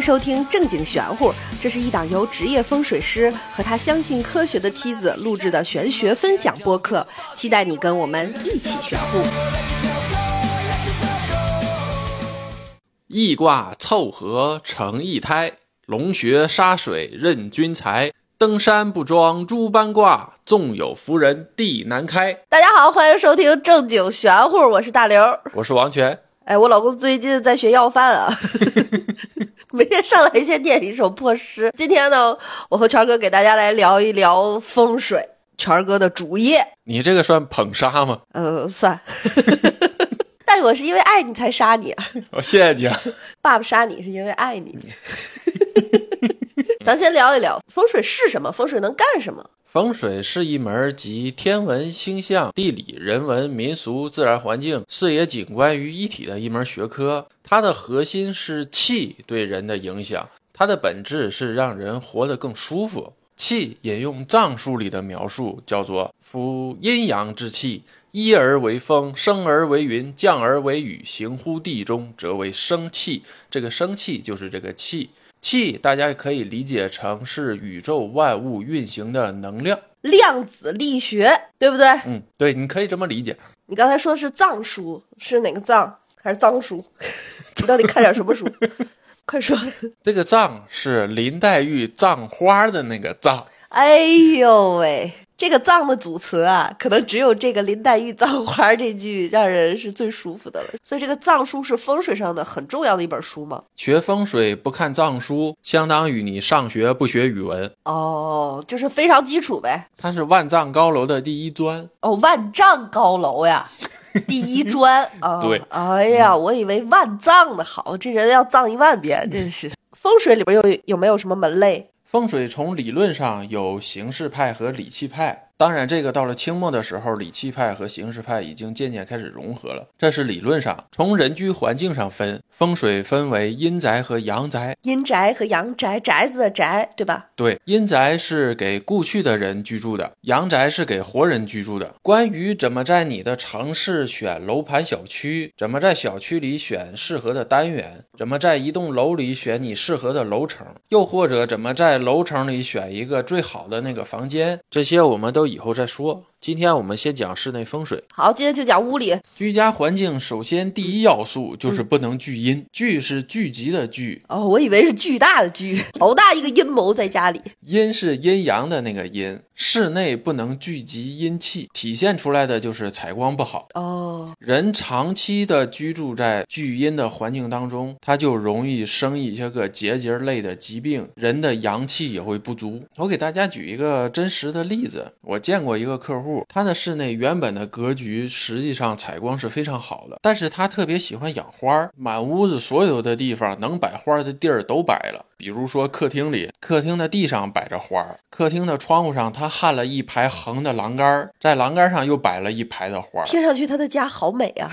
收听《正经玄乎》，这是一档由职业风水师和他相信科学的妻子录制的玄学分享播客，期待你跟我们一起玄乎。易卦凑合成一胎，龙穴沙水任君裁。登山不装诸般卦，纵有福人地难开。大家好，欢迎收听《正经玄乎》，我是大刘。我是王权，哎，我老公最近在学要饭啊， 每天上来先念一首破诗。今天呢，我和权哥给大家来聊一聊风水，权哥的主业。你这个算捧杀吗？呃，算。 但我是因为爱你才杀你， 我谢谢你啊。爸爸杀你是因为爱你。咱先聊一聊风水是什么，风水能干什么？风水是一门集天文、星象、地理、人文、民俗、自然环境、视野景观于一体的一门学科。它的核心是气对人的影响，它的本质是让人活得更舒服。气引用藏书里的描述，叫做“夫阴阳之气，一而为风，生而为云，降而为雨，行乎地中，则为生气”。这个生气就是这个气。气，大家可以理解成是宇宙万物运行的能量。量子力学，对不对？嗯，对，你可以这么理解。你刚才说是藏书，是哪个藏？还是藏书？你到底看点什么书？快说！这个“藏”是林黛玉葬花的那个“葬哎呦喂，这个“藏”的组词啊，可能只有这个“林黛玉葬花”这句让人是最舒服的了。所以，这个藏书是风水上的很重要的一本书吗？”。学风水不看藏书，相当于你上学不学语文。哦，就是非常基础呗。它是万丈高楼的第一砖。哦，万丈高楼呀，第一砖啊！对哎呀，我以为万藏的好，这人要藏一万遍，真是。风水里边有有没有什么门类？风水从理论上有形式派和理气派，当然这个到了清末的时候，理气派和形式派已经渐渐开始融合了。这是理论上，从人居环境上分，风水分为阴宅和阳宅。阴宅和阳宅，宅子的宅，对吧？对，阴宅是给故去的人居住的，阳宅是给活人居住的。关于怎么在你的城市选楼盘小区，怎么在小区里选适合的单元，怎么在一栋楼里选你适合的楼层，又或者怎么在楼层里选一个最好的那个房间，这些我们都以后再说。今天我们先讲室内风水。好，今天就讲屋里。居家环境首先第一要素就是不能聚阴，聚是聚集的聚，哦，我以为是巨大的巨，好大一个阴谋在家里。阴是阴阳的那个阴，室内不能聚集阴气，体现出来的就是采光不好。哦，人长期的居住在聚阴的环境当中，他就容易生一些个结节类的疾病，人的阳气也会不足。我给大家举一个真实的例子，我见过一个客户，他的室内原本的格局实际上采光是非常好的，但是他特别喜欢养花儿，满屋子所有的地方能摆花儿的地儿都摆了。比如说客厅里，客厅的地上摆着花儿，客厅的窗户上他焊了一排横的栏杆儿，在栏杆上又摆了一排的花儿。听上去他的家好美啊，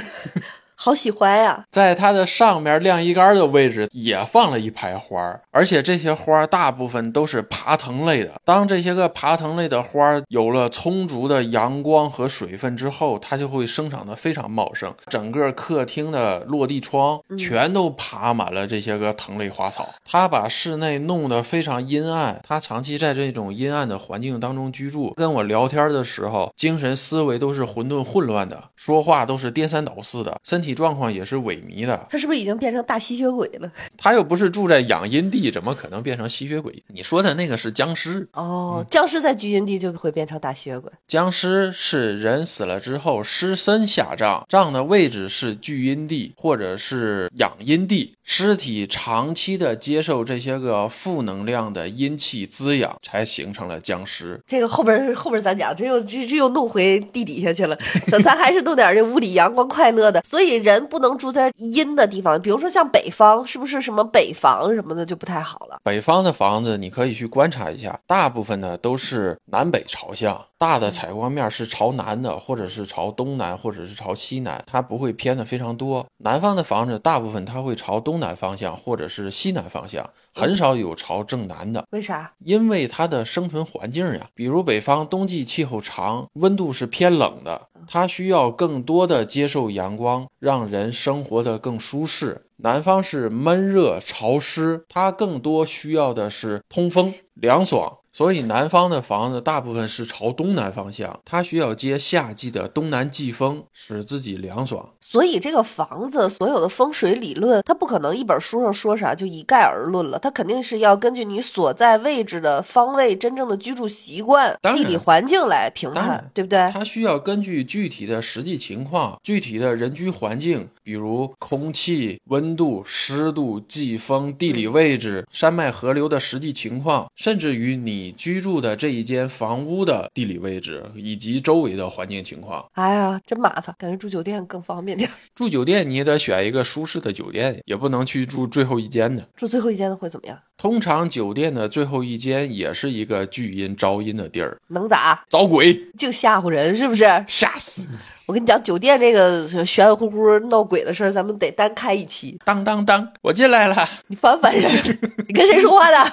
好喜欢啊呀、在它的上面晾衣杆的位置也放了一排花儿，而且这些花儿大部分都是爬藤类的。当这些个爬藤类的花儿有了充足的阳光和水分之后，它就会生长得非常茂盛。整个客厅的落地窗全都爬满了这些个藤类花草，它把室内弄得非常阴暗。它长期在这种阴暗的环境当中居住，跟我聊天的时候，精神思维都是混沌混乱的，说话都是颠三倒四的，身体状况也是萎靡的。他是不是已经变成大吸血鬼了？他又不是住在养阴地，怎么可能变成吸血鬼？你说的那个是僵尸，哦，僵尸在居阴地就会变成大吸血鬼。僵尸是人死了之后尸身下葬，葬的位置是聚阴地或者是养阴地，尸体长期的接受这些个负能量的阴气滋养，才形成了僵尸。这个后边儿后边儿咱讲，这又这这又弄回地底下去了。咱咱还是弄点儿这屋里阳光快乐的。所以人不能住在阴的地方，比如说像北方，是不是什么北房什么的就不太好了？北方的房子，你可以去观察一下，大部分呢都是南北朝向，大的采光面是朝南的，或者是朝东南，或者是朝西南，它不会偏的非常多。南方的房子大部分它会朝东南方向，或者是西南方向，很少有朝正南的。为啥？因为它的生存环境呀，比如北方冬季气候长，温度是偏冷的，它需要更多的接受阳光，让人生活的更舒适。南方是闷热潮湿，它更多需要的是通风凉爽。所以南方的房子大部分是朝东南方向，它需要接夏季的东南季风，使自己凉爽。所以这个房子所有的风水理论，它不可能一本书上说啥就一概而论了，它肯定是要根据你所在位置的方位、真正的居住习惯、当然地理环境来评当判然，对不对？它需要根据具体的实际情况、具体的人居环境，比如空气、温度、湿度、季风、地理位置、山脉河流的实际情况，甚至于你居住的这一间房屋的地理位置以及周围的环境情况。哎呀，真麻烦，感觉住酒店更方便点儿。住酒店你也得选一个舒适的酒店，也不能去住最后一间的。住最后一间的会怎么样？通常酒店的最后一间也是一个聚阴招阴的地儿，能咋？招鬼，净吓唬人是不是？吓死你！我跟你讲，酒店这个玄玄乎乎闹鬼的事儿，咱们得单开一期。当当当，我进来了，你烦不烦人？你跟谁说话呢？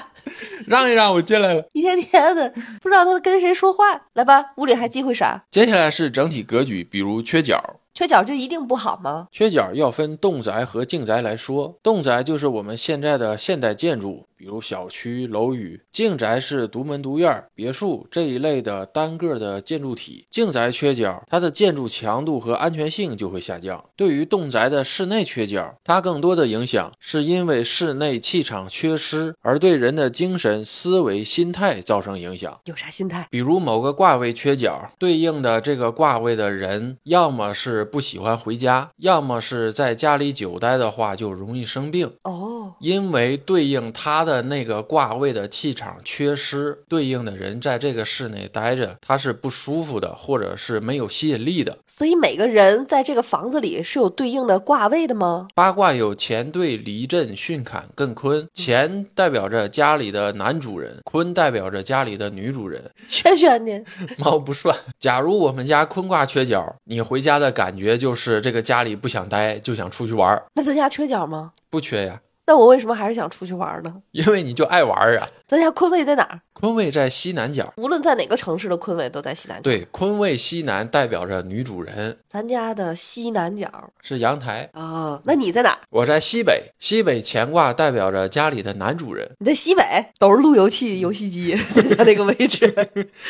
让一让，我进来了。一天天的不知道他跟谁说话。来 吧，屋里还忌讳啥？接下来是整体格局，比如缺角。缺角就一定不好吗？缺角要分动宅和静宅来说，动宅就是我们现在的现代建筑，比如小区、楼宇；静宅是独门独院、别墅这一类的单个的建筑体。静宅缺角，它的建筑强度和安全性就会下降。对于动宅的室内缺角，它更多的影响是因为室内气场缺失，而对人的精神、思维、心态造成影响。有啥心态？比如某个卦位缺角，对应的这个卦位的人，要么是不喜欢回家，要么是在家里久待的话就容易生病，哦，因为对应他的那个卦位的气场缺失，对应的人在这个室内待着，他是不舒服的，或者是没有吸引力的。所以每个人在这个房子里是有对应的卦位的吗？ 八卦有乾兑离震巽坎艮坤，乾代表着家里的男主人，坤代表着家里的女主人，轩轩呢？ 猫不涮。假如我们家坤卦缺角，你回家的感觉就是这个家里不想待，就想出去玩儿。那咱家缺角吗？不缺呀，那我为什么还是想出去玩呢？因为你就爱玩儿啊。咱家坤位在哪儿？坤位在西南角，无论在哪个城市的坤位都在西南角。对，坤位西南代表着女主人，咱家的西南角是阳台。啊，那你在哪儿？我在西北，西北乾卦代表着家里的男主人。你在西北都是路由器、游戏机在家那个位置，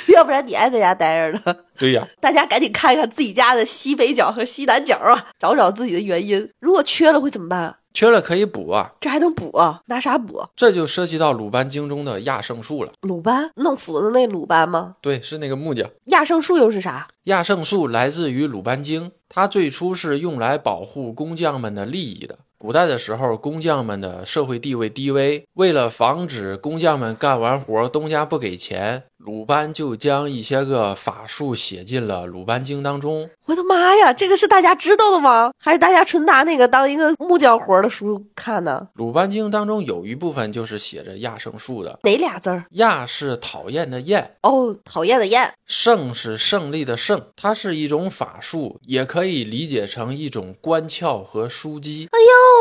要不然你爱在家待着呢。对呀，大家赶紧看看自己家的西北角和西南角啊，找找自己的原因。如果缺了会怎么办？缺了可以补啊，这还能补啊？拿啥补？这就涉及到鲁班经中的亚圣术了。鲁班弄斧子那鲁班吗？对，是那个木匠。亚圣术又是啥？亚圣术来自于《鲁班经》，它最初是用来保护工匠们的利益的。古代的时候，工匠们的社会地位低微，为了防止工匠们干完活东家不给钱，鲁班就将一些个法术写进了《鲁班经》当中。我的妈呀，这个是大家知道的吗？还是大家纯拿那个当一个木匠活儿的书看呢？ 《鲁班经》当中有一部分就是写着亚圣术的，哪俩字儿？亚是讨厌的厌，哦，讨厌的厌。胜是胜利的胜，它是一种法术，也可以理解成一种关窍和枢机。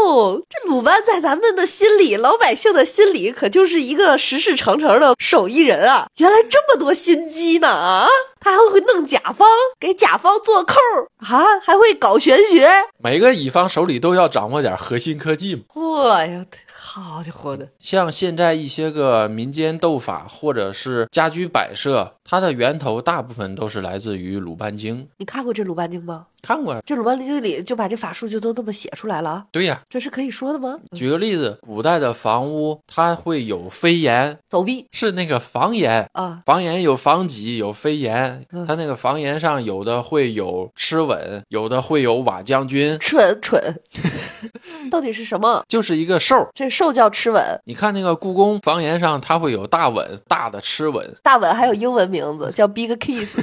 哦，这鲁班在咱们的心里，老百姓的心里，可就是一个实事成城的手艺人啊！原来这么多心机呢啊！他还会弄甲方，给甲方做扣儿啊，还会搞玄学。每个乙方手里都要掌握点核心科技嘛。嚯呀，好家伙的！像现在一些个民间斗法或者是家居摆设，它的源头大部分都是来自于《鲁班经》。你看过这《鲁班经》吗？看过呀？这《鲁班经》里就把这法术就都这么写出来了啊，对呀。这是可以说的吗？举个例子，古代的房屋它会有飞檐，走壁是那个房檐。啊，房檐有房脊，有飞檐嗯，它那个房檐上有的会有螭吻，有的会有瓦将军，蠢蠢， 到底是什么？就是一个兽。这兽叫吃吻，你看那个故宫房檐上，它会有大吻，大的螭吻。大吻还有英文名字叫 Big Kiss。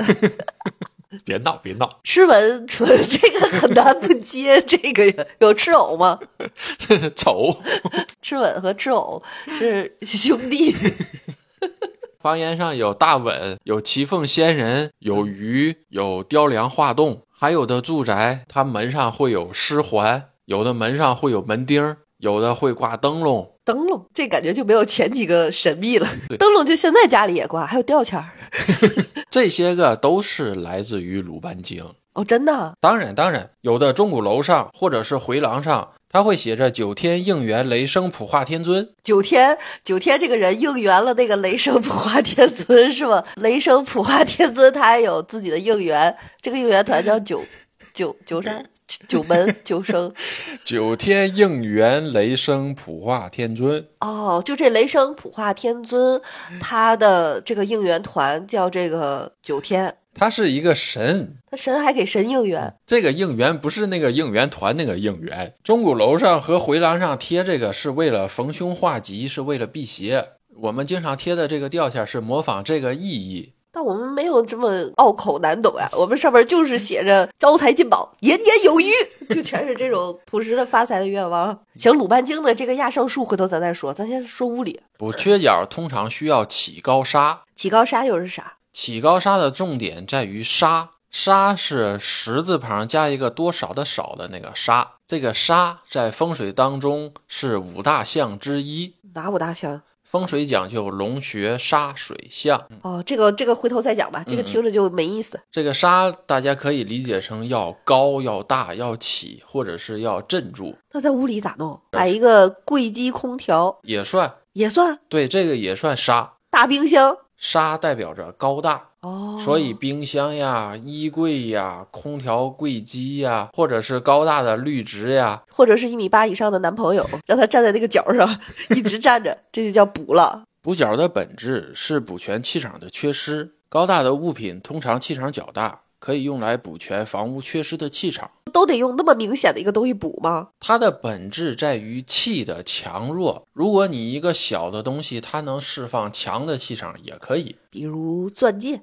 别闹，别闹。吃吻唇，这个很难不接。这个呀有吃藕吗？ 丑。吃吻和吃藕是兄弟。房檐上有大吻，有骑凤仙人，有鱼，有雕梁画栋，还有的住宅它门上会有狮环，有的门上会有门钉儿，有的会挂灯笼。灯笼， 这感觉就没有前几个神秘了对。灯笼就现在家里也挂，还有吊钱儿。这些个都是来自于鲁班经。哦，真的啊，当然，当然，有的钟鼓楼上或者是回廊上，它会写着“九天应元雷声普化天尊九天九天这个人应援了那个雷声普化天尊是吧？ 雷声普化天尊他还有自己的应援，这个应援团叫九九九啥？九门九声”，九天应元雷声普化天尊。哦，就这雷声普化天尊，他的这个应援团叫这个九天，它是一个神，他神还给神应援，这个应援不是那个应援团那个应援。钟鼓楼上和回廊上贴这个是为了逢凶化吉，是为了辟邪。我们经常贴的这个吊线是模仿这个意义，但我们没有这么拗口难懂呀，我们上面就是写着招财进宝，年年有余， 就全是这种朴实的发财的愿望。行，鲁班经的这个亚圣树，回头咱再说，咱先说屋里。补缺角通常需要起高沙，起高沙又是啥？起高沙的重点在于沙，沙是石字旁加一个多少的少的那个沙。这个沙在风水当中是五大象之一，哪五大嗯项？风水讲究龙穴沙水象。哦，这个这个回头再讲吧，嗯这个听着就没意思。这个沙大家可以理解成要高、要大、要起，或者是要镇住，那在屋里咋呃弄？摆一个柜机空调也算也算，对，这个也算沙。大冰箱沙代表着高大，哦，所以冰箱呀、衣柜呀、空调柜机呀，或者是高大的绿植呀，或者是一米八以上的男朋友，让他站在那个角上一直站着，这就叫补了。补角的本质是补全气场的缺失。高大的物品通常气场较大，可以用来补全房屋缺失的气场。都得用那么明显的一个东西补吗？它的本质在于气的强弱。如果你一个小的东西，它能释放强的气场，也可以。比如钻戒，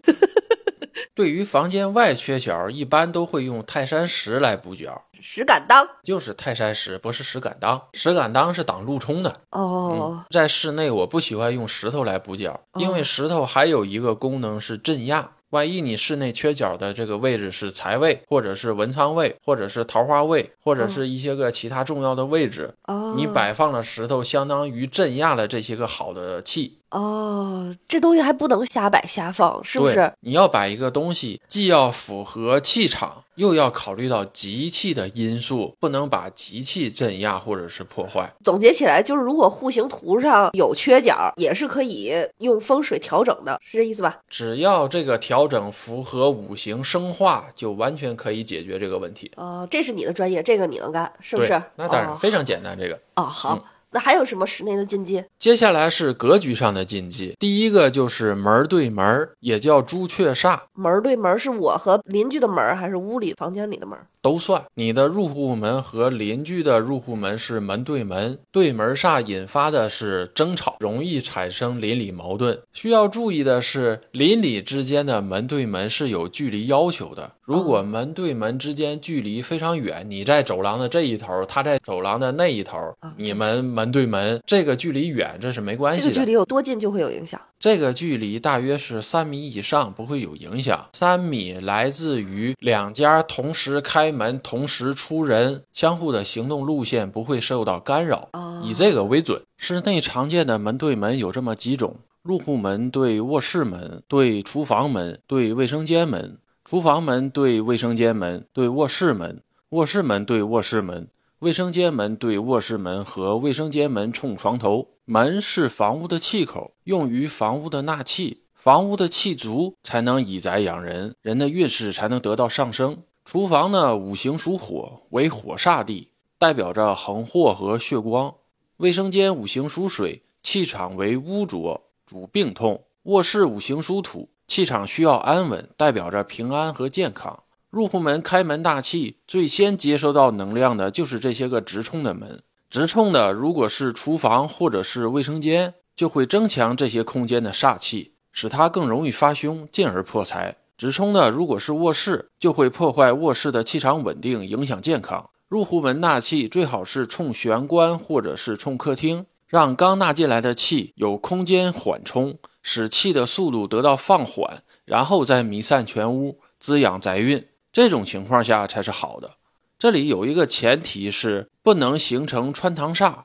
对于房间外缺角，一般都会用泰山石来补角，石敢当就是泰山石，不是石敢当。石敢当是挡路冲的。哦，在室内，我不喜欢用石头来补角，因为石头还有一个功能是镇压。万一你室内缺角的这个位置是财位，或者是文昌位，或者是桃花位，或者是一些个其他重要的位置，哦，嗯你摆放了石头，相当于镇压了这些个好的气，哦，这东西还不能瞎摆瞎放，是不对是？？你要摆一个东西，既要符合气场，又要考虑到集气的因素，不能把集气镇压或者是破坏。总结起来就是，如果户型图上有缺角，也是可以用风水调整的，是这意思吧？只要这个调整符合五行生化，就完全可以解决这个问题。哦，这是你的专业，这个你能干，是不对是？那当然嗯哦非常简单。这个哦，好。那还有什么室内的禁忌？接下来是格局上的禁忌，第一个就是门儿对门儿，也叫朱雀煞。门儿对门儿是我和邻居的门儿，还是屋里房间里的门儿？都算。你的入户门和邻居的入户门是门对门，对门煞引发的是争吵，容易产生邻里矛盾。需要注意的是，邻里之间的门对门是有距离要求的。如果门对门之间距离非常远，你在走廊的这一头，他在走廊的那一头啊，你们门对门，这个距离远，这是没关这系个距的离。有多近就会有影响。这个距离大约是三米以上，不会有影响。三米来自于两家同时开门、同时出人，相互的行动路线不会受到干扰哦。以这个为准。室内常见的门对门有这么几种：入户门对卧室门、对厨房门、对卫生间门；厨房门对卫生间门、对卧室门；卧室门对卧室门。卫生间门对卧室门和卫生间门冲床头。门是房屋的气口，用于房屋的纳气。房屋的气足，才能以宅养人，人的运势才能得到上升。厨房呢，五行属火，为火煞地，代表着横祸和血光。卫生间五行属水，气场为污浊，主病痛。卧室五行属土，气场需要安稳，代表着平安和健康。入户门开门大气，最先接收到能量的就是这些个直冲的门。直冲的如果是厨房或者是卫生间，就会增强这些空间的煞气，使它更容易发凶，进而破财。直冲的如果是卧室，就会破坏卧室的气场稳定，影响健康。入户门纳气最好是冲玄关或者是冲客厅，让刚纳进来的气有空间缓冲，使气的速度得到放缓，然后再弥散全屋，滋养宅运。这种情况下才是好的。这里有一个前提是不能形成穿堂煞。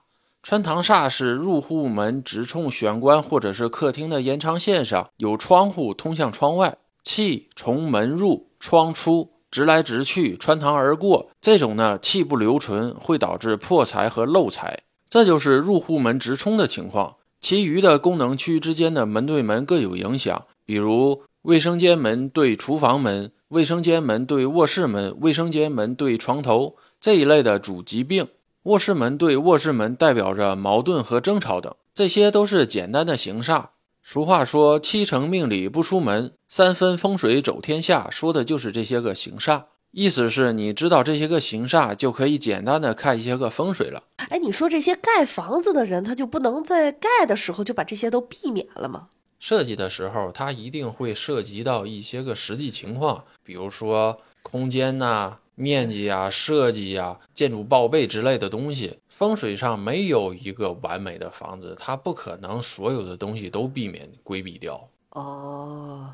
穿堂煞是入户门直冲玄关或者是客厅的延长线上有窗户通向窗外，气从门入窗出，直来直去，穿堂而过。这种呢，气不留存，会导致破财和漏财。这就是入户门直冲的情况。其余的功能区之间的门对门各有影响，比如卫生间门对厨房门、卫生间门对卧室门、卫生间门对床头这一类的主疾病。卧室门对卧室门代表着矛盾和争吵等，这些都是简单的形煞。俗话说“七成命理不出门，三分风水走天下”，说的就是这些个形煞。意思是你知道这些个形煞，就可以简单的看一些个风水了。哎，你说这些盖房子的人，他就不能在盖的时候就把这些都避免了吗？设计的时候，它一定会涉及到一些个实际情况，比如说空间呐、面积呀、设计呀、建筑报备之类的东西。风水上没有一个完美的房子，它不可能所有的东西都避免规避掉，哦，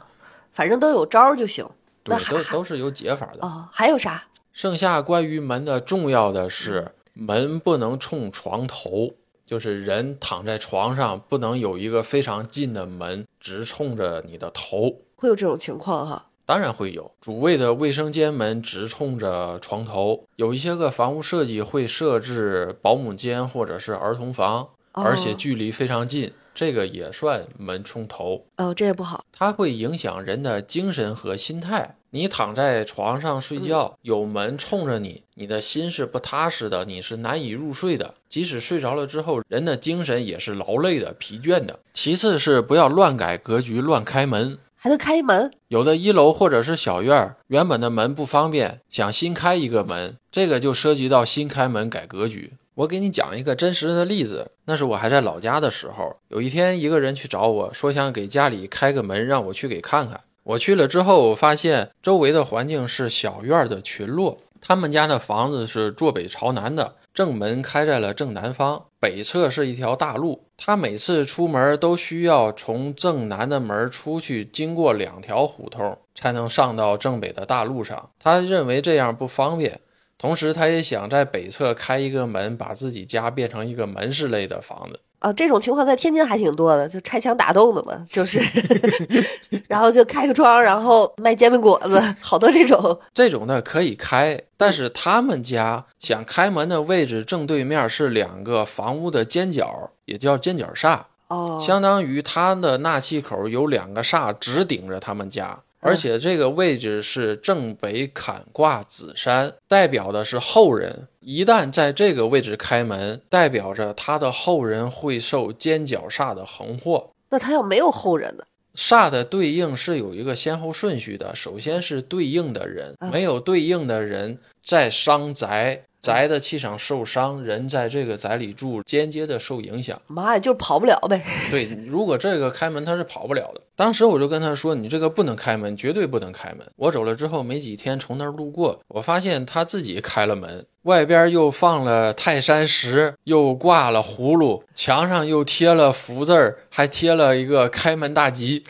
反正都有招儿就行。对那，还都都是有解法的。哦，还有啥？剩下关于门的重要的是，门不能冲床头，就是人躺在床上不能有一个非常近的门直冲着你的头。会有这种情况哈？当然会有，主卫的卫生间门直冲着床头，有一些个房屋设计会设置保姆间或者是儿童房，哦而且距离非常近，这个也算门冲头。哦，这也不好。它会影响人的精神和心态。你躺在床上睡觉，有门冲着你，你的心是不踏实的，你是难以入睡的。即使睡着了之后，人的精神也是劳累的、疲倦的。其次是不要乱改格局、乱开门。还能开一门，有的一楼或者是小院儿，原本的门不方便，想新开一个门，这个就涉及到新开门改格局。我给你讲一个真实的例子，那是我还在老家的时候，有一天一个人去找我说想给家里开个门，让我去给看看。我去了之后，我发现周围的环境是小院儿的群落，他们家的房子是坐北朝南的，正门开在了正南方，北侧是一条大路。他每次出门都需要从正南的门出去，经过两条胡同，才能上到正北的大路上。他认为这样不方便，同时他也想在北侧开一个门，把自己家变成一个门市类的房子。啊，这种情况在天津还挺多的，就拆墙打洞的嘛，就是， 然后就开个窗，然后卖煎饼果子，好多这种。这种呢可以开，但是他们家想开门的位置正对面是两个房屋的尖角，也叫尖角煞。哦，相当于他的纳气口有两个煞直顶着他们家，嗯而且这个位置是正北坎卦子山，代表的是后人。一旦在这个位置开门，代表着他的后人会受尖角煞的横祸。那他要没有后人呢？煞的对应是有一个先后顺序的，首先是对应的人，嗯没有对应的人在伤宅，宅的气场受伤，人在这个宅里住，间接的受影响。妈呀，就是跑不了呗。对，如果这个开门他是跑不了的。当时我就跟他说：“你这个不能开门，绝对不能开门。”我走了之后没几天，从那儿路过，我发现他自己开了门，外边又放了泰山石，又挂了葫芦，墙上又贴了福字儿，还贴了一个开门大吉。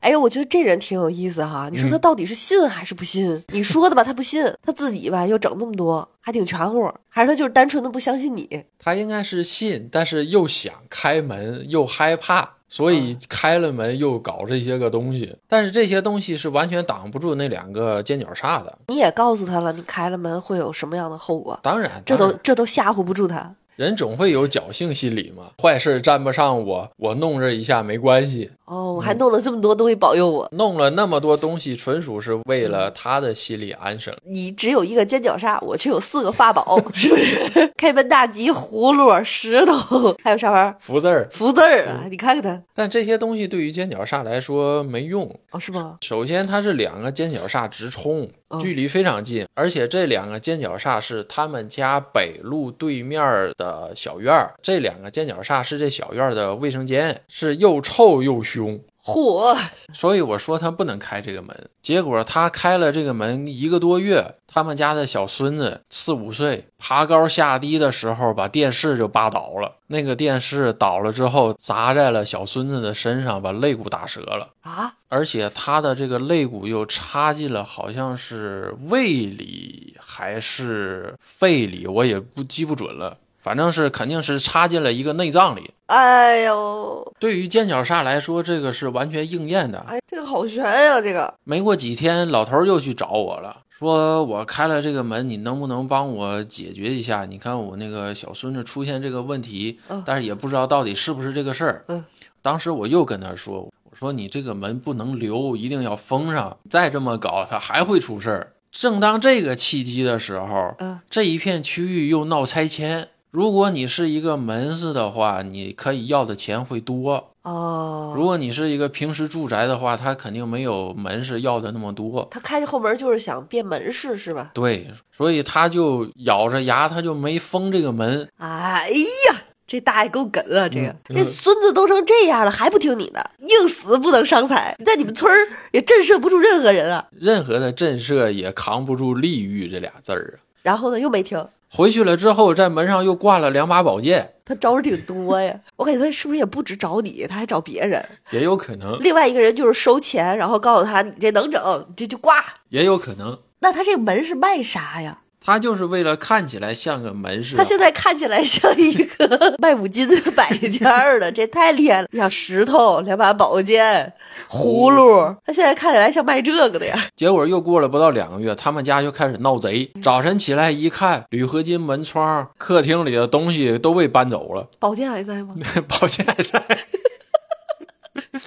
哎呀，我觉得这人挺有意思哈。你说嗯他到底是信还是不信？你说的吧，他不信；他自己吧，又整那么多，还挺全乎。还是他就是单纯的不相信你？他应该是信，但是又想开门，又害怕。所以嗯开了门又搞这些个东西，但是这些东西是完全挡不住那两个尖角煞的。你也告诉他了，你开了门会有什么样的后果？当然，这当都然这都吓唬不住他。人总会有侥幸心理嘛，坏事沾不上我，我弄这一下没关系，哦，我还嗯弄了这么多东西保佑我。弄了那么多东西，纯属是为了他的心理安生。你只有一个尖角煞，我却有四个法宝，是不是？开门大吉、葫芦、石头，还有啥玩意儿？福字儿，福字儿嗯啊！你看看它，但这些东西对于尖角煞来说没用。哦，是吗？首先，它是两个尖角煞直冲，嗯距离非常近，而且这两个尖角煞是他们家北路对面的小院儿，这两个尖角煞是这小院儿的卫生间，是又臭又凶。火，所以我说他不能开这个门。结果他开了这个门一个多月，他们家的小孙子四五岁，爬高下低的时候把电视就扒倒了。那个电视倒了之后砸在了小孙子的身上，把肋骨打折了。啊，而且他的这个肋骨又插进了好像是胃里还是肺里，我也不记不准了，反正是肯定是插进了一个内脏里。哎呦，对于尖角鲨来说，这个是完全应验的。啊哎，这个好悬呀、这个没过几天，老头儿又去找我了，说我开了这个门，你能不能帮我解决一下？你看我那个小孙子出现这个问题嗯，但是也不知道到底是不是这个事儿。嗯，当时我又跟他说，我说你这个门不能留，一定要封上，再这么搞，他还会出事儿。正当这个契机的时候，嗯，这一片区域又闹拆迁。如果你是一个门市的话，你可以要的钱会多。哦，如果你是一个平时住宅的话，它肯定没有门市要的那么多。他开着后门就是想变门市是吧？对，所以他就咬着牙，他就没封这个门。哎呀，这大爷够梗啊！这个、嗯这孙子都成这样了，还不听你的，宁死不能伤财，在你们村儿也震慑不住任何人啊。任何的震慑也扛不住利欲这俩字儿啊。然后呢，又没听，回去了之后，在门上又挂了两把宝剑，他招儿挺多呀。 我感觉他是不是也不止找你，他还找别人。也有可能，另外一个人就是收钱，然后告诉他你这能整，你这就挂。也有可能，那他这个门是卖啥呀？他就是为了看起来像个门市。啊他现在看起来像一个卖五金的摆件儿的，这太厉害了！像石头、两把宝剑、葫芦，他现在看起来像卖这个的呀。 结果又过了不到两个月，他们家就开始闹贼。早晨起来一看，铝合金门窗、客厅里的东西都被搬走了， 宝剑还在吗？宝剑还在。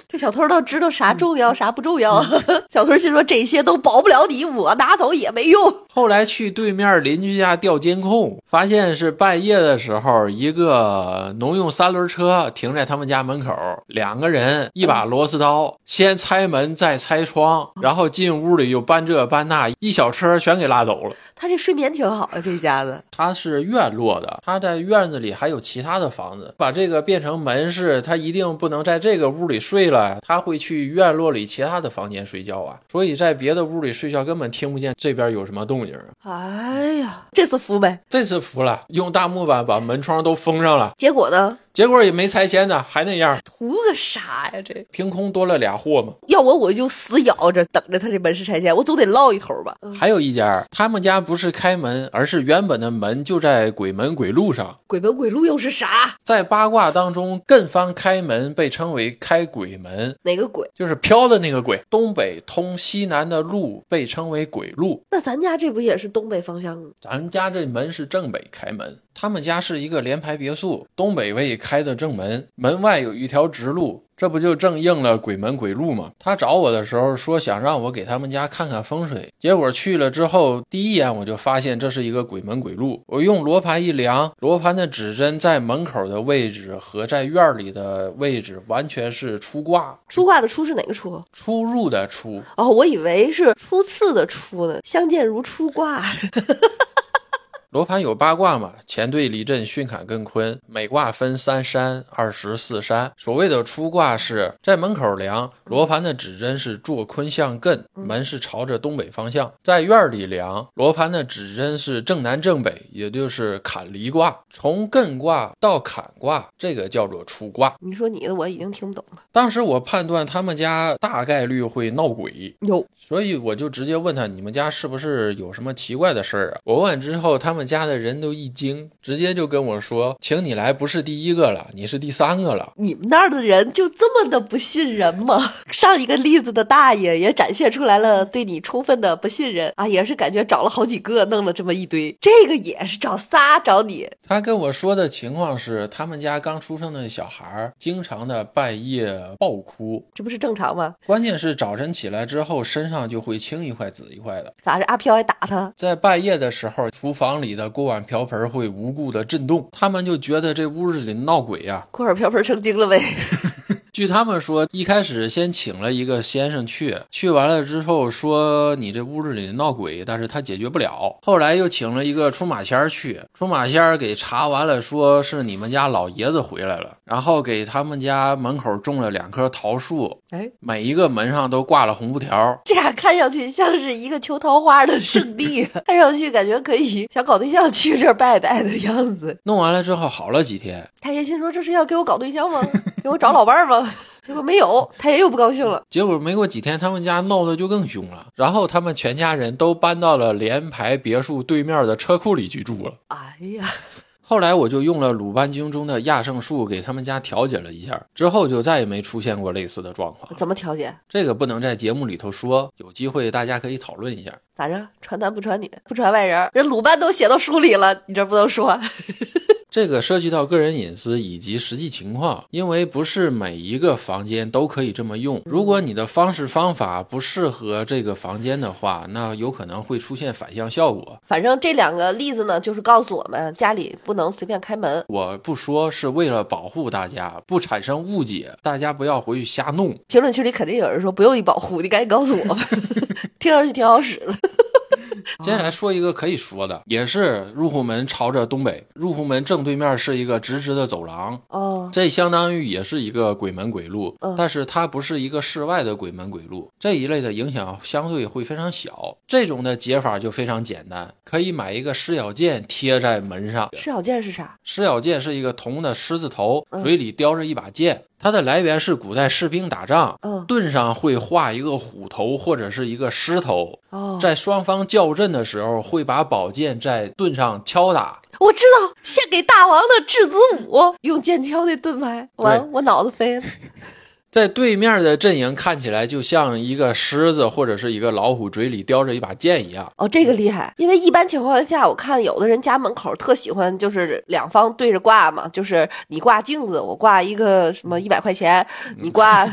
这小偷都知道啥重要，啥不重要啊。 小偷心说这些都保不了你，我拿走也没用。后来去对面邻居家调监控，发现是半夜的时候，一个农用三轮车停在他们家门口，两个人一把螺丝刀，先拆门再拆窗，然后进屋里又搬这搬那，一小车全给拉走了。他这睡眠挺好啊，这一家子。他是院落的，他在院子里还有其他的房子，把这个变成门市，他一定不能在这个屋里睡了，他会去院落里其他的房间睡觉啊，所以在别的屋里睡觉根本听不见这边有什么动静啊。哎呀，这次服呗。这次服了，用大木板把门窗都封上了，结果呢，结果也没拆迁呢，还那样，图个啥呀？这凭空多了俩货嘛。要我我就死咬着，等着他这门市拆迁，我总得落一头吧。还有一家，他们家不是开门，而是原本的门就在鬼门鬼路上，鬼门鬼路又是啥？在八卦当中，艮方开门被称为开鬼门。哪个鬼？就是飘的那个鬼，东北通西南的路被称为鬼路。那咱家这不也是东北方向吗？咱家这门是正北开门，他们家是一个联排别墅，东北卫开的正门，门外有一条直路，这不就正应了鬼门鬼路吗？他找我的时候说想让我给他们家看看风水，结果去了之后，第一眼我就发现这是一个鬼门鬼路。我用罗盘一量，罗盘的指针在门口的位置和在院里的位置完全是出挂，出卦的出是哪个出？出入的出。哦，我以为是初次的初呢，相见如初啊卦。罗盘有八卦嘛，乾兑离震巽坎艮坤，每卦分三山、二十四山。所谓的出卦是在门口量，罗盘的指针是坐坤向艮，门是朝着东北方向；在院里量，罗盘的指针是正南正北，也就是坎离卦。从艮卦到坎卦，这个叫做出卦。 你说你的我已经听不懂了。当时我判断他们家大概率会闹鬼，有所以我就直接问他：“你们家是不是有什么奇怪的事儿啊？”我问完之后，他们家的人都一惊，直接就跟我说：“请你来不是第一个了，你是第三个了。你们那儿的人就这么的不信人吗？ 上一个例子的大爷也展现出来了对你充分的不信任啊，也是感觉找了好几个，弄了这么一堆。这个也是找仨找你，”他跟我说的情况是，他们家刚出生的小孩儿经常的半夜暴哭，这不是正常吗？关键是早晨起来之后身上就会青一块紫一块的。咋着？阿飘还打他？在半夜的时候，厨房里的锅碗瓢盆会无故的震动，他们就觉得这屋子里闹鬼呀、啊锅碗瓢盆成精了呗？ 据他们说，一开始先请了一个先生去，去完了之后说你这屋子里闹鬼，但是他解决不了。后来又请了一个出马仙儿去，出马仙儿给查完了，说是你们家老爷子回来了，然后给他们家门口种了两棵桃树，哎，每一个门上都挂了红布条。这样看上去像是一个求桃花的圣地，看上去感觉可以想搞对象去这儿拜拜的样子。弄完了之后好了几天，太爷心说这是要给我搞对象吗？给我找老伴儿吗？ 结果没有，太爷又不高兴了。结果没过几天，他们家闹得就更凶了。然后他们全家人都搬到了联排别墅对面的车库里去住了。哎呀，后来我就用了鲁班经中的亚圣术给他们家调解了一下，之后就再也没出现过类似的状况。怎么调解？这个不能在节目里头说，有机会大家可以讨论一下。咋着？传男不传女，不传外人儿。人鲁班都写到书里了，你这不能说。这个涉及到个人隐私以及实际情况，因为不是每一个房间都可以这么用。如果你的方式方法不适合这个房间的话，那有可能会出现反向效果。反正这两个例子呢，就是告诉我们家里不能随便开门。我不说是为了保护大家，不产生误解，大家不要回去瞎弄。评论区里肯定有人说不用你保护，你赶紧告诉我吧。 听上去挺好使的。接下来嗯说一个可以说的，也是入户门朝着东北，入户门正对面是一个直直的走廊，哦，这相当于也是一个鬼门鬼路嗯，但是它不是一个室外的鬼门鬼路，这一类的影响相对会非常小。这种的解法就非常简单，可以买一个狮咬剑贴在门上，赤小剑是啥？狮咬剑是一个铜的狮子头，嗯嘴里叼着一把剑，它的来源是古代士兵打仗。嗯，盾上会画一个虎头或者是一个狮头，哦，在双方较阵的时候，会把宝剑在盾上敲打。我知道，献给大王的质子舞，用剑敲那盾牌，完对我脑子飞了。在对面的阵营看起来就像一个狮子或者是一个老虎嘴里叼着一把剑一样。哦，这个厉害，因为一般情况下，我看有的人家门口特喜欢，就是两方对着挂嘛，就是你挂镜子，我挂一个什么嗯一百块钱，你挂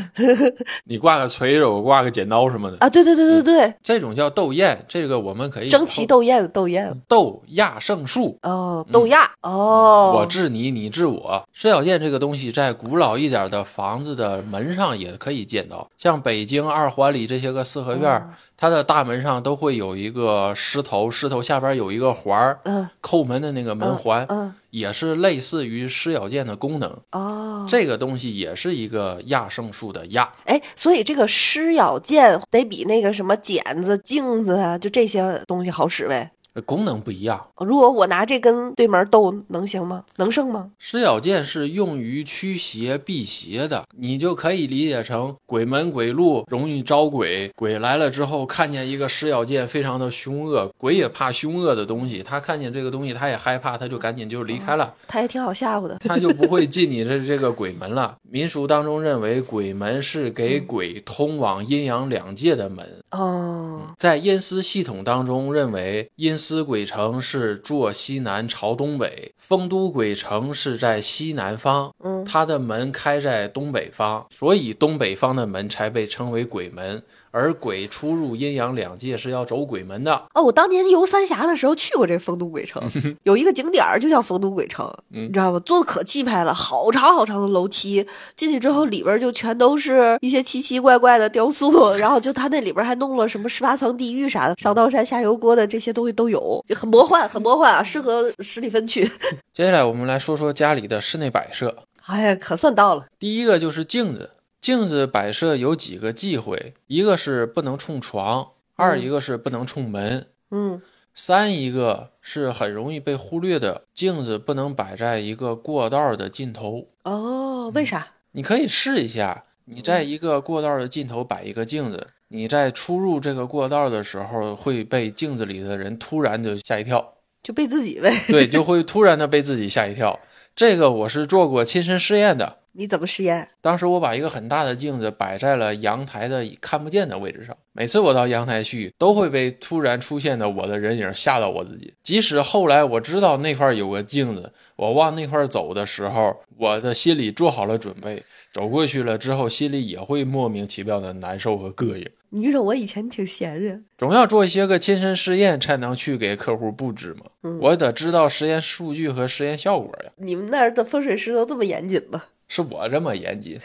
你挂个锤子，我挂个剪刀什么的， 啊，对对对对对，这种叫斗艳。这个我们可以争奇斗艳的斗艳，斗亚胜术。哦，斗亚，哦，嗯我治你，你治我。石小剑这个东西，在古老一点的房子的门上也可以见到，像北京二环里这些个四合院哦儿，它的大门上都会有一个狮头，狮头下边有一个环儿，嗯扣门的那个门环，嗯，也是类似于狮咬剑的功能。哦，这个东西也是一个亚圣术的亚，哎，所以这个狮咬剑得比那个什么剪子、镜子啊，就这些东西好使呗。呃功能不一样。如果我拿这跟对门斗，能行吗？能胜吗？狮咬剑是用于驱邪避邪的，你就可以理解成鬼门鬼路容易招鬼，鬼来了之后看见一个狮咬剑非常的凶恶，鬼也怕凶恶的东西，他看见这个东西他也害怕，他就赶紧就离 开了。他也挺好吓唬的。他就不会进你的这个鬼门了。民俗当中认为，鬼门是给鬼通往阴阳两界的门。哦，在阴司系统当中，认为阴司鬼城是坐西南朝东北，丰都鬼城是在西南方，嗯，它的门开在东北方，所以东北方的门才被称为鬼门。而鬼出入阴阳两界是要走鬼门的，哦，我当年游三峡的时候去过这丰都鬼城，有一个景点儿就叫丰都鬼城，嗯你知道吗？做的可气派了，好长好长的楼梯，进去之后里边就全都是一些奇奇怪怪的雕 塑，然后就他那里边还弄了什么十八层地狱啥的，上刀山下油锅的这些东西都有，就很魔幻，很魔幻啊，适合十里分去。接下来我们来说说家里的室内摆设。 哎呀，可算到了，第一个就是镜子，镜子摆设有几个忌讳，一个是不能冲床，二一个是不能冲门，嗯，三一个是很容易被忽略的，镜子不能摆在一个过道的尽头。哦，为啥？你可以试一下，你在一个过道的尽头摆一个镜子，你在出入这个过道的时候会被镜子里的人突然就吓一跳，就背自己呗？ 对，就会突然的被自己吓一跳。这个我是做过亲身试验的，你怎么实验？当时我把一个很大的镜子摆在了阳台的看不见的位置上，每次我到阳台去，都会被突然出现的我的人影吓到我自己。即使后来我知道那块儿有个镜子，我往那块儿走的时候，我的心里做好了准备，走过去了之后，心里也会莫名其妙的难受和膈应。你知道我以前挺闲呀，总要做一些个亲身试验，才能去给客户布置嘛。嗯我得知道实验数据和实验效果呀。你们那儿的风水师都这么严谨吗？是我这么严谨，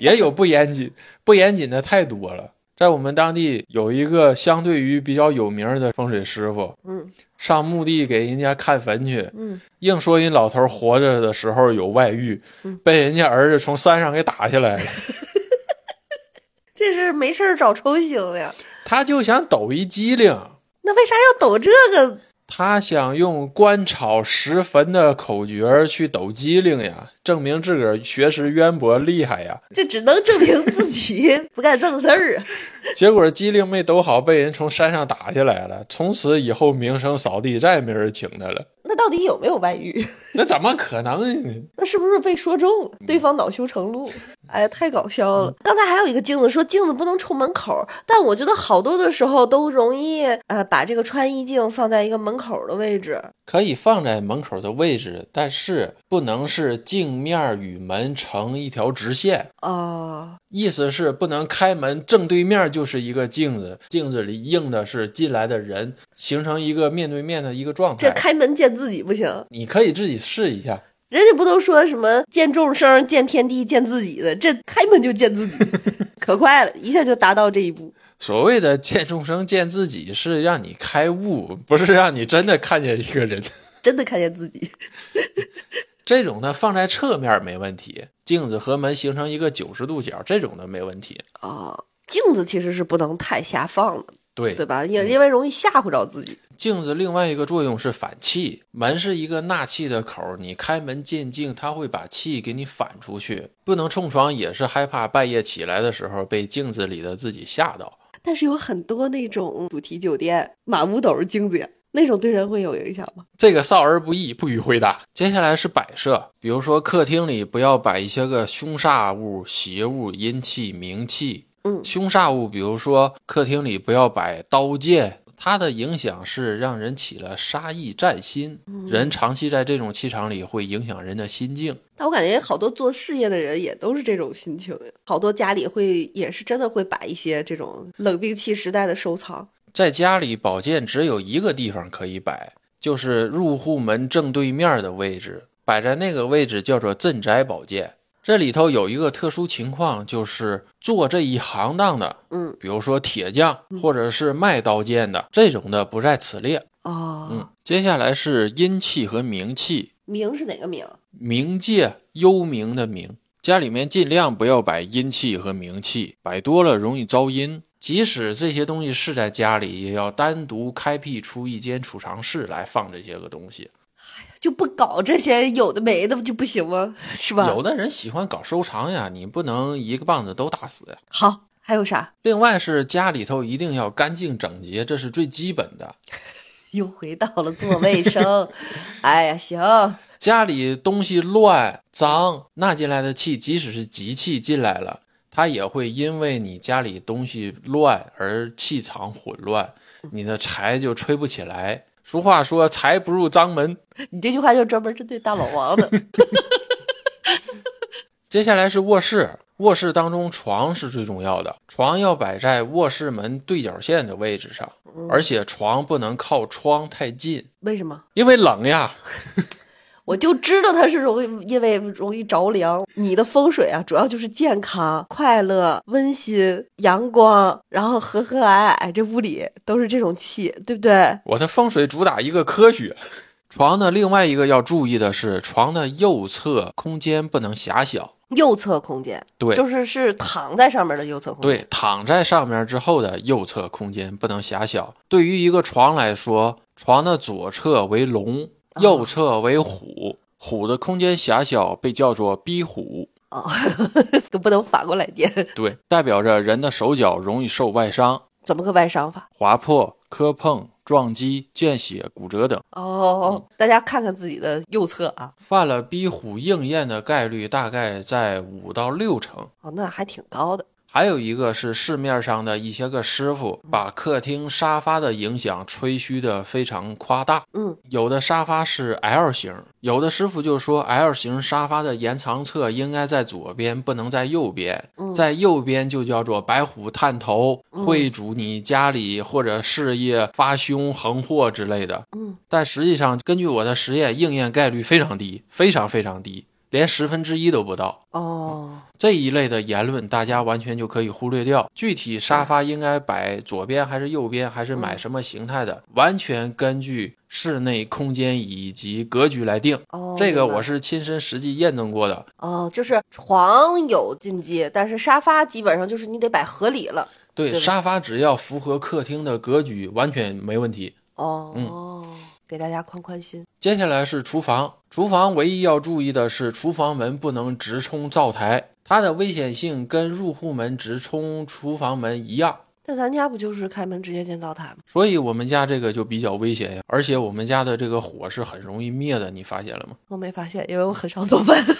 也有不严谨，不严谨的太多了。在我们当地有一个相对于比较有名的风水师傅，嗯上墓地给人家看坟去，嗯，硬说人老头活着的时候有外遇嗯，被人家儿子从山上给打下来了。这是没事儿找抽星呀。他就想抖一机灵，那为啥要抖这个？他想用观草识坟的口诀儿去抖机灵呀，证明自个儿学识渊博厉害呀。这只能证明自己不干正事儿啊。结果机灵没抖好，被人从山上打下来了。从此以后名声扫地，再也没人请他了。那到底有没有外遇？那怎么可能呢？那是不是被说中了？对方恼羞成怒？哎呀，太搞笑了！刚才还有一个镜子说镜子不能冲门口，但我觉得好多的时候都容易呃把这个穿衣镜放在一个门口的位置。可以放在门口的位置，但是不能是镜面与门成一条直线。哦，意思是不能开门，正对面就是一个镜子，镜子里映的是进来的人，形成一个面对面的一个状这态。开门见自己不行，你可以自己试一下，人家不都说什么见众生、见天地、见自己的，这开门就见自己，可快了，一下就达到这一步。所谓的见众生见自己，是让你开悟，不是让你真的看见一个人。真的看见自己，这种呢放在侧面没问题，镜子和门形成一个九十度角，这种的没问题。哦，镜子其实是不能太下放的，对，对吧？也因为容易吓唬着自己。镜子另外一个作用是反气，门是一个纳气的口儿，你开门见镜，它会把气给你反出去。不能冲床也是害怕半夜起来的时候被镜子里的自己吓到。但是有很多那种主题酒店满屋都是镜子呀，那种对人会有影响吗？这个少儿不宜，不予回答。接下来是摆设，比如说客厅里不要摆一些个凶煞物、邪物、阴气、冥气。嗯凶煞物，比如说客厅里不要摆刀剑，它的影响是让人起了杀意战心。人长期在这种气场里，会影响人的心境。但我感觉好多做事业的人也都是这种心情呀，好多家里会也是真的会摆一些这种冷兵器时代的收藏。在家里，宝剑只有一个地方可以摆，就是入户门正对面的位置，摆在那个位置叫做镇宅宝剑。这里头有一个特殊情况，就是做这一行当的，嗯，比如说铁匠或者是卖刀剑的这种的，不在此列。哦，嗯，接下来是阴气和冥气，明是哪个明？冥界幽冥的冥，家里面尽量不要摆阴气和冥气，摆多了容易招阴。即使这些东西是在家里，也要单独开辟出一间储藏室来放这些个东西。就不搞这些有的没的就不行吗？是吧？有的人喜欢搞收藏呀，你不能一个棒子都打死呀。好，还有啥？另外是家里头一定要干净整洁，这是最基本的。又回到了做卫生。哎呀，行，家里东西乱脏，纳进来的气，即使是集气进来了，它也会因为你家里东西乱而气场混乱，你的财就吹不起来。俗话说“财不入脏门你这句话就专门针对大老王的。”。接下来是卧室，卧室当中床是最重要的，床要摆在卧室门对角线的位置上，而且床不能靠窗太近，为什么？因为冷呀。我就知道他是容易，因为容易着凉。你的风水啊，主要就是健康、快乐、温馨、阳光，然后和和蔼蔼，这屋里都是这种气，对不对？我的风水主打一个科学。床的另外一个要注意的是，床的右侧空间不能狭小。右侧空间，对就是是躺在上面的右侧空间。对，躺在上面之后的右侧空间不能狭小。对于一个床来说，床的左侧为龙，右侧为虎。虎的空间狭小，被叫做逼虎。啊、 可不能反过来颠，对，代表着人的手脚容易受外伤、怎么个外伤法？划破、磕碰、撞击、见血、骨折等。哦，大家看看自己的右侧啊，犯了逼虎应验的概率大概在五到六成。哦，那还挺高的。还有一个是市面上的一些个师傅把客厅沙发的影响吹嘘的非常夸大，嗯，有的沙发是 L 型，有的师傅就说 L 型沙发的延长侧应该在左边，不能在右边，嗯在右边就叫做白虎探头，嗯会主你家里或者事业发凶横祸之类的。嗯，但实际上，根据我的实验，应验概率非常低，非常非常低。连十分之一都不到。哦，这一类的言论，大家完全就可以忽略掉。具体沙发应该摆左边还是右边，还是嗯买什么形态的，完全根据室内空间以及格局来定。哦，这个明白我是亲身实际验证过的。哦，就是床有禁忌，但是沙发基本上就是你得摆合理了。对，对吧沙发只要符合客厅的格局，完全没问题。哦，嗯哦给大家宽宽心。接下来是厨房，厨房唯一要注意的是，厨房门不能直冲灶台，它的危险性跟入户门直冲厨房门一样。那咱家不就是开门直接见灶台吗？所以我们家这个就比较危险呀，而且我们家的这个火是很容易灭的，你发现了吗？我没发现，因为我很少做饭。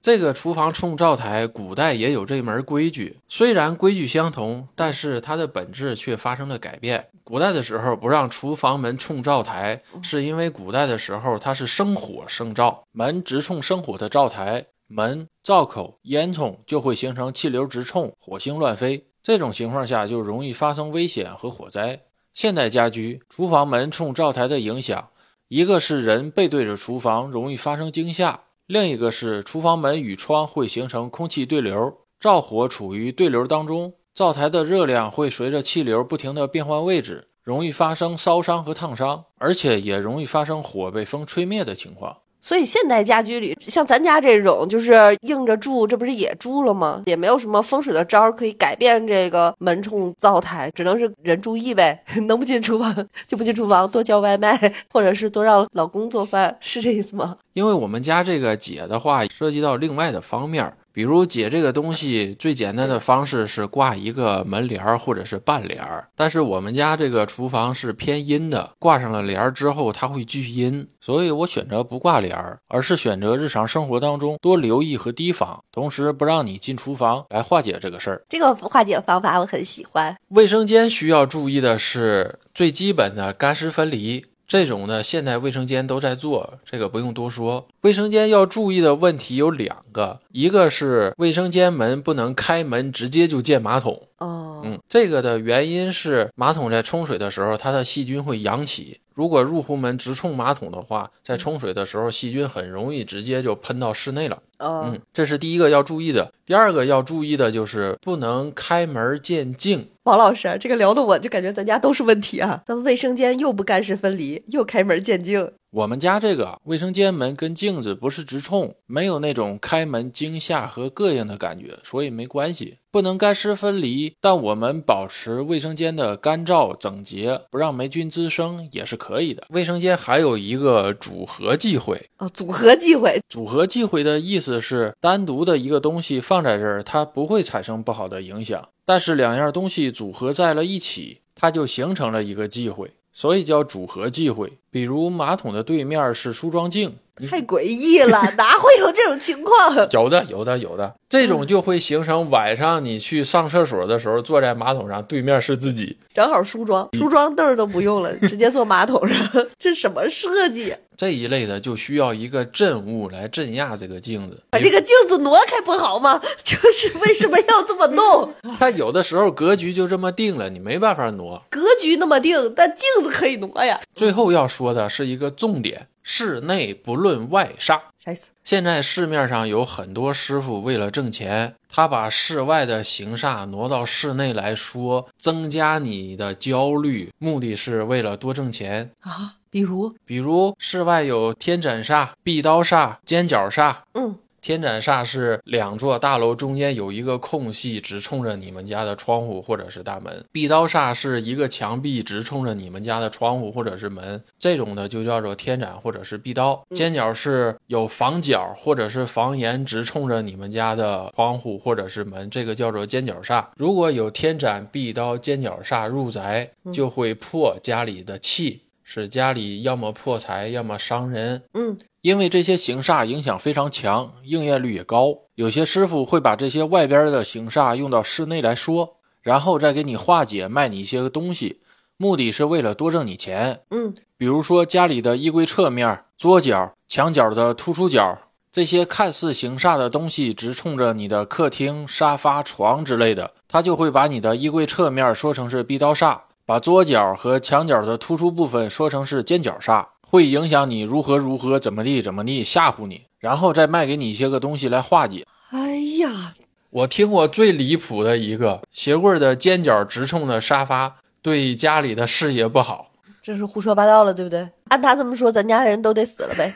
这个厨房冲灶台，古代也有这门规矩，虽然规矩相同，但是它的本质却发生了改变。古代的时候不让厨房门冲灶台，是因为古代的时候它是生火生灶，门直冲生火的灶台，门、灶口、烟囱就会形成气流直冲，火星乱飞。这种情况下就容易发生危险和火灾。现代家居厨房门冲灶台的影响，一个是人背对着厨房容易发生惊吓，另一个是厨房门与窗会形成空气对流，灶火处于对流当中，灶台的热量会随着气流不停地变换位置，容易发生烧伤和烫伤，而且也容易发生火被风吹灭的情况。所以现代家居里，像咱家这种，就是硬着住，这不是也住了吗？也没有什么风水的招儿可以改变这个门冲灶台，只能是人注意呗， 能不进厨房就不进厨房，多叫外卖，或者是多让老公做饭，是这意思吗？因为我们家这个解的话，涉及到另外的方面儿，比如解这个东西最简单的方式是挂一个门帘儿或者是半帘儿，但是我们家这个厨房是偏阴的，挂上了帘儿之后它会聚阴，所以我选择不挂帘儿，而是选择日常生活当中多留意和提防，同时不让你进厨房来化解这个事儿。这个化解方法我很喜欢。卫生间需要注意的是最基本的干湿分离，这种呢现代卫生间都在做，这个不用多说。卫生间要注意的问题有两个，一个是卫生间门不能开门直接就见马桶，哦，嗯，这个的原因是马桶在冲水的时候，它的细菌会扬起。如果入户门直冲马桶的话，在冲水的时候，细菌很容易直接就喷到室内了。哦，嗯，这是第一个要注意的。第二个要注意的就是不能开门见镜。王老师，啊这个聊的我就感觉咱家都是问题啊。咱们卫生间又不干湿分离，又开门见镜。我们家这个卫生间门跟镜子不是直冲，没有那种开门惊吓和膈应的感觉，所以没关系。不能干湿分离，但我们保持卫生间的干燥整洁，不让霉菌滋生也是可以的。卫生间还有一个组合忌讳，哦，组合忌讳，组合忌讳的意思是单独的一个东西放在这儿，它不会产生不好的影响，但是两样东西组合在了一起，它就形成了一个忌讳，所以叫组合忌讳。比如马桶的对面是梳妆镜，太诡异了，哪会有这种情况？有的，有的，有的，这种就会形成晚上你去上厕所的时候，坐在马桶上，对面是自己。正好梳妆，梳妆凳儿都不用了， 直接坐马桶 上，这什么设计？这一类的就需要一个镇物来镇压这个镜子。把这个镜子挪开不好吗？ 就是为什么要这么 弄？它有的时候格局就这么定了，你没办法挪。格局那么定，但镜子可以挪呀？最后要说的是一个重点：室内不论外煞。啥意思？现在市面上有很多师傅为了挣钱，他把室外的行煞挪到室内来说，增加你的焦虑，目的是为了多挣钱。啊？比如，比如室外有天斩煞、壁刀煞、尖角煞。嗯，天斩煞是两座大楼中间有一个空隙，直冲着你们家的窗户或者是大门。壁刀煞是一个墙壁直冲着你们家的窗户或者是门，这种的就叫做天斩或者是壁刀。尖角是有房角或者是房檐直冲着你们家的窗户或者是门，这个叫做尖角煞。如果有天斩、壁刀、尖角煞入宅，就会破家里的气，使家里要么破财，要么伤人。嗯，因为这些行煞影响非常强，应验率也高。有些师傅会把这些外边的行煞用到室内来说，然后再给你化解，卖你一些东西，目的是为了多挣你钱。嗯，比如说家里的衣柜侧面、桌角、墙角的突出角，这些看似行煞的东西，直冲着你的客厅、沙发、床之类的，它就会把你的衣柜侧面说成是壁刀煞，把桌角和墙角的突出部分说成是尖角煞，会影响你如何如何怎么地怎么地吓唬你，然后再卖给你一些个东西来化解。哎呀，我听过最离谱的一个，鞋柜的尖角直冲的沙发，对家里的视野不好。这是胡说八道了，对不对？按他这么说，咱家人都得死了 呗。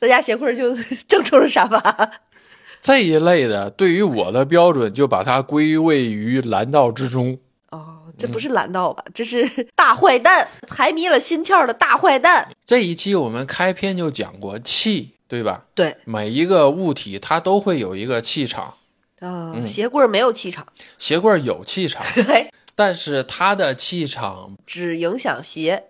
咱家鞋柜就 正冲着沙发，这一类的，对于我的标准就把它归位于蓝道之中。哦，这不是懒道吧？这是大坏蛋，财迷了心窍的大坏蛋。这一期我们开篇就讲过气，对吧？对每一个物体它都会有一个气场，啊、鞋柜没有气 场，哎鞋柜有气场，对，但是它的气场，只影响鞋。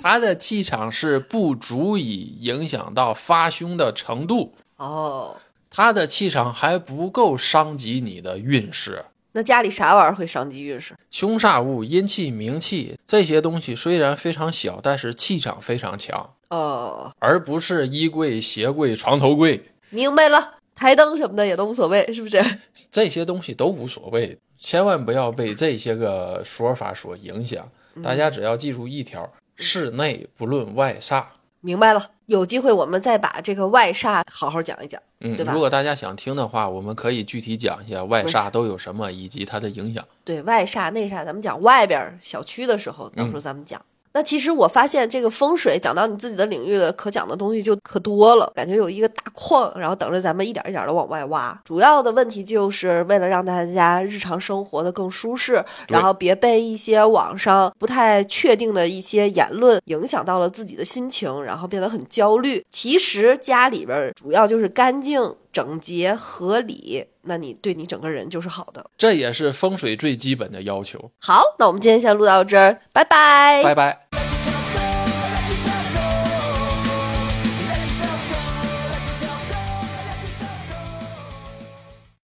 它的气场是不足以影响到发凶的程度，哦，它的气场还不够伤及你的运势。那家里啥玩意儿会伤及运势？凶煞物、阴气、冥气这些东西虽然非常小，但是气场非常强，哦，而不是衣柜、鞋柜、床头柜明白了，台灯什么的也都无所谓，是不是？这些东西都无所谓，千万不要被这些个说法所影响。嗯大家只要记住一条：室内不论外煞。明白了，有机会我们再把这个外煞好好讲一讲。嗯，对吧如果大家想听的话，我们可以具体讲一下外煞都有什么以及它的影响。对外煞内煞，咱们讲外边儿小区的时候，到时候咱们讲。那其实我发现这个风水讲到你自己的领域的，可讲的东西就可多了，感觉有一个大矿，然后等着咱们一点一点的往外挖。主要的问题就是为了让大家日常生活的更舒适，对然后别被一些网上不太确定的一些言论影响到了自己的心情，然后变得很焦虑。其实家里边儿主要就是干净、整洁、合理，那你对你整个人就是好的。这也是风水最基本的要求。好，那我们今天先录到这儿，拜拜拜拜。